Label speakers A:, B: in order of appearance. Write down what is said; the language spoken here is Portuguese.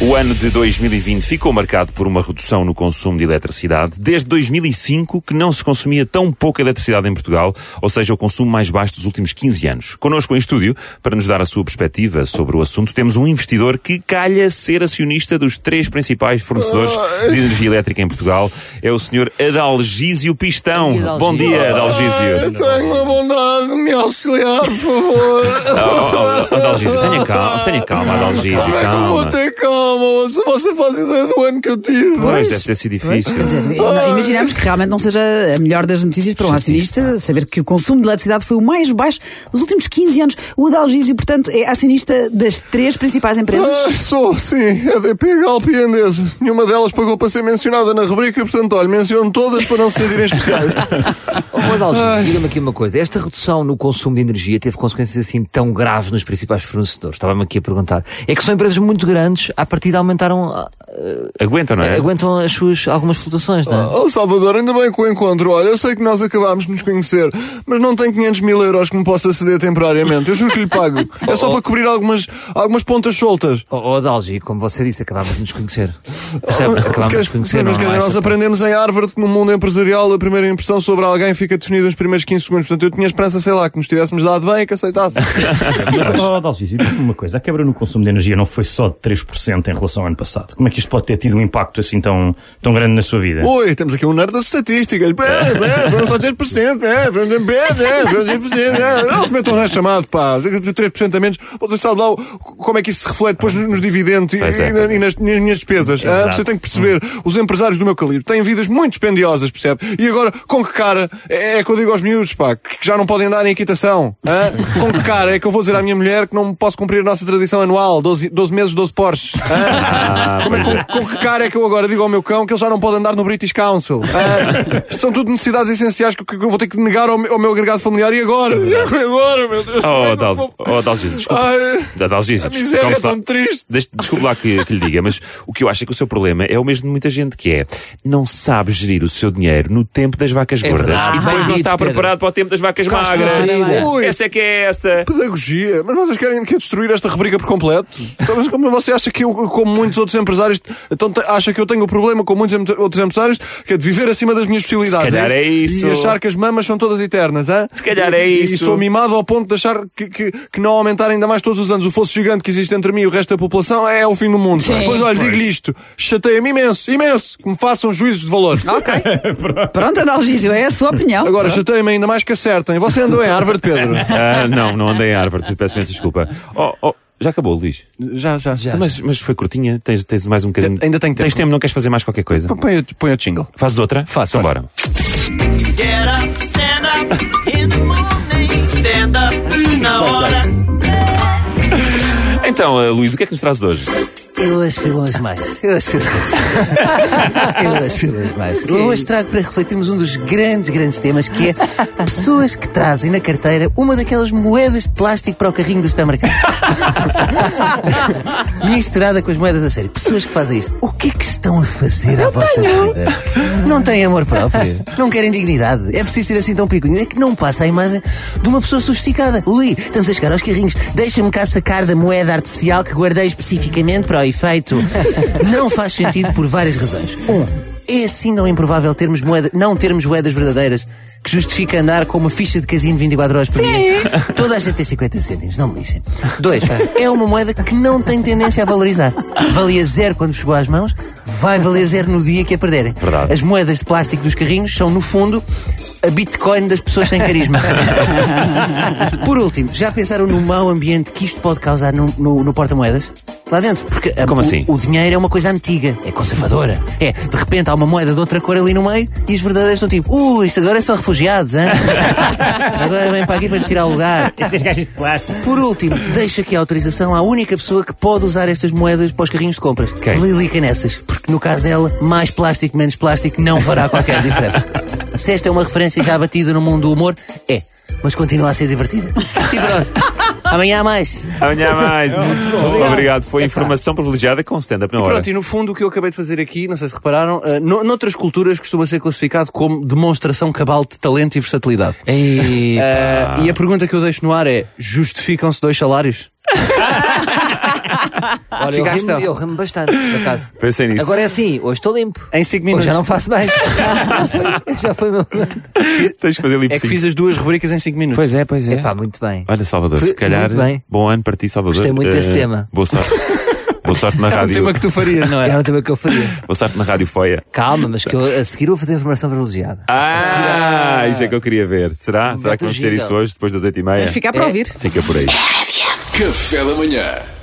A: O ano de 2020 ficou marcado por uma redução no consumo de eletricidade. Desde 2005 que não se consumia tão pouca eletricidade em Portugal, ou seja, o consumo mais baixo dos últimos 15 anos. Connosco em estúdio, para nos dar a sua perspectiva sobre o assunto, temos um investidor que calha ser acionista dos três principais fornecedores de energia elétrica em Portugal. É o senhor Adalgísio Pistão.
B: Adalgísio.
A: Bom dia, Adalgísio.
C: Tenho a bondade de me auxiliar, por favor.
A: Oh, oh, Adalgísio, tenha calma, tenha calma, Adalgísio,
C: é Como é que eu vou
A: calma.
C: ter calma? Se você faz ideia do ano que eu tive.
A: Pois, deve ter sido difícil.
B: Quer dizer, não- imaginamos que realmente não seja a melhor das notícias para um acionista saber que o consumo de eletricidade foi o mais baixo dos últimos 15 anos. O Adalgísio, portanto, é acionista das três principais empresas.
C: Ah, sou, sim, ADP Galp e Endesa. Nenhuma delas pagou para ser mencionada na rubrica, portanto, olha, menciono todas para não se sentirem especiais.
D: Ô, Adalgis, diga-me aqui uma coisa. Esta redução no consumo de energia teve consequências assim tão graves nos principais fornecedores? Estava-me aqui a perguntar. É que são empresas muito grandes, à partida aumentaram, ah,
A: Aguenta, não é?
D: aguentam as suas, algumas flutuações, não é?
C: Oh, Salvador, ainda bem que o encontro. Olha, eu sei que nós acabámos de nos conhecer, mas não tenho 500 mil euros que me possa ceder temporariamente. Eu juro que lhe pago. É só para cobrir algumas, algumas pontas soltas.
D: Ó oh, Adalgi, como você disse, acabámos de nos conhecer.
A: Oh,
D: Percebe? Acabámos de nos conhecer. Não,
C: Mas,
D: não
C: quer
D: é assim. há
C: dizer, nós
D: essa-
C: aprendemos em Harvard que no mundo empresarial a primeira impressão sobre alguém fica definida nos primeiros 15 segundos. Portanto, eu tinha esperança, sei lá, que nos tivéssemos dado bem e que aceitasse.
E: Mas, oh, Adalgísio, diga-me uma coisa, a quebra no consumo de energia não foi só de 3% em relação ao ano passado. Como é que isto pode ter tido um impacto assim tão, tão grande na sua vida?
C: Ui, temos aqui um nerd das estatísticas. Bem, bem, foram só 3%, é, foram bem, bem, foram 10%. É. Não se metam neste chamado, pá. 3% a menos. Vocês sabem lá o- como é que isso se reflete depois nos dividendos e,
A: Pois é,
C: e
A: pois
C: na- e nas, nas minhas despesas. Ah,
A: verdade.
C: você tem que perceber, os empresários do meu calibre têm vidas muito dispendiosas, percebe? E agora, com que cara é, é que eu digo aos miúdos, pá, que que já não podem andar em equitação? hã? Com que cara é que eu vou dizer à minha mulher que não posso cumprir a nossa tradição anual, 12, 12 meses, 12 Porsches? hã? Como é, com, com que cara é que eu agora digo ao meu cão que ele já não pode andar no British Council? hã? Isto são tudo necessidades essenciais que, que eu vou ter que negar ao, meu- ao meu agregado familiar. E agora? E agora, meu Deus?
A: Oh, Adalgis, oh, Adalgis, desculpa.
C: Ai,
A: Adalgis,
C: a miséria é
A: desculpa.
C: tão triste.
A: Deixe- Desculpe lá que, que lhe diga, mas o que eu acho é que o seu problema é o mesmo de muita gente, que é não sabe gerir o seu dinheiro no tempo das vacas
D: É
A: gordas
D: verdade.
A: e depois não
D: Bendito,
A: está
D: Pedro.
A: preparado para o tempo das vacas
D: Costa
A: magras.
D: ferida.
C: Ui.
A: Essa é que é essa.
C: Pedagogia? Mas vocês querem que eu destruir esta rubrica por completo? Então, Mas como você acha que eu, como muitos outros empresários, então te- acha que eu tenho o problema com muitos em- outros empresários, que é de viver acima das minhas possibilidades?
A: calhar é isso.
C: E achar que as mamas são todas eternas, hã?
A: Se calhar
C: E-
A: é
C: E
A: isso.
C: sou mimado ao ponto de achar que, que, que não aumentar ainda mais todos os anos o fosso gigante que existe entre mim e o resto da população é o fim do mundo. Pois olha, digo-lhe isto. Chateia-me imenso, imenso, que me façam juízos de valor.
B: Ok. Pronto, Adalgísio, é a sua opinião.
C: Agora, chateia-me ainda mais que acertem. Você andou em Harvard, Pedro?
A: Ah, não, não andei em árvore, peço imensa desculpa. Oh, oh, já acabou, Luís.
C: já, já. já.
A: Mas, mas foi curtinha, tens, tens mais um bocadinho.
C: Tá Ainda tenho tempo.
A: Tens tempo, não queres fazer mais qualquer coisa?
C: Põe, outro- põe outro jingle.
A: Fazes outra?
C: Faço,
A: Então
C: faço.
A: bora.
F: Get up, stand up in the morning. Stand up na hora.
A: Então, ah, Luís, o que é que nos trazes hoje?
G: Eu as filas mais. Eu as filas. Eu as filas mais. Eu hoje trago para refletirmos um dos grandes, grandes temas que é pessoas que trazem na carteira uma daquelas moedas de plástico para o carrinho do supermercado. Misturada com as moedas a sério. Pessoas que fazem isto. O que é que estão a fazer à vossa vida? Não têm amor próprio. Não querem dignidade. É preciso ser assim tão picuinho. É que não passa a imagem de uma pessoa sofisticada. Ui, estamos a chegar aos carrinhos. Deixa-me cá sacar da moeda artificial que guardei especificamente para o efeito. Não faz sentido por várias razões. Um, é assim não improvável termos moeda, não termos moedas verdadeiras que justifica andar com uma ficha de casino de 24 horas por dia. Toda a gente tem 50 cêntimos, não me lixem. Dois, é uma moeda que não tem tendência a valorizar. Valia zero quando chegou às mãos, vai valer zero no dia que a perderem.
A: Verdade.
G: As moedas de plástico dos carrinhos são, no fundo, a Bitcoin das pessoas sem carisma. Por último, já pensaram no mau ambiente que isto pode causar no, no- no porta-moedas? Lá dentro, porque a-
A: Como
G: o,
A: assim?
G: o dinheiro é uma coisa antiga, é conservadora. É, de repente há uma moeda de outra cor ali no meio e os verdadeiros estão tipo, uh, isto agora é só refugiados, hein? agora vem para aqui para nos tirar o lugar.
E: Estes gajos de plástico.
G: Por último, deixo aqui a autorização à única pessoa que pode usar estas moedas para os carrinhos de compras.
A: Quem?
G: Lilica nessas, porque no caso dela, mais plástico, menos plástico, não fará qualquer diferença. Se esta é uma referência já batida no mundo do humor, é. Mas continua a ser divertida. E pronto. Amanhã há mais.
A: Amanhã há
D: É
A: mais. Obrigado. Foi informação privilegiada com stand-up na hora.
C: Pronto, e no fundo o que eu acabei de fazer aqui, não sei se repararam, eh, no- noutras culturas costuma ser classificado como demonstração cabal de talento e versatilidade.
D: Ei,
C: Eh, e a pergunta que eu deixo no ar é: justificam-se dois salários?
D: olha, eu
C: ficaste-
D: rimo, eu rimo bastante, por acaso.
A: Ah, então. Pensei nisso.
D: Agora é assim, hoje estou limpo.
C: Em 5
D: Hoje
C: minutos.
D: já não faço mais. já, foi, já foi meu momento.
A: Tens de fazer lip
C: É que
A: sync.
C: fiz as duas rubricas em 5 minutos.
A: Pois é, pois é.
D: Epá, muito bem.
A: Olha, Salvador,
D: Foi
A: se calhar.
D: muito bem.
A: Bom ano para ti, Salvador.
D: Gostei muito desse
A: Eh,
D: tema.
A: Boa sorte. boa sorte na
C: É um
A: rádio.
C: tema que tu farias, não é?
D: Era o tema que eu faria.
A: Boa sorte na rádio foia.
D: Calma, mas que eu a seguir vou fazer informação privilegiada.
A: Ah, isso é que eu queria ver. Será? Será que vamos ter
D: gira.
A: isso hoje, depois das 8h30?
B: Ficar para ouvir.
A: Fica por aí.
H: Café da Manhã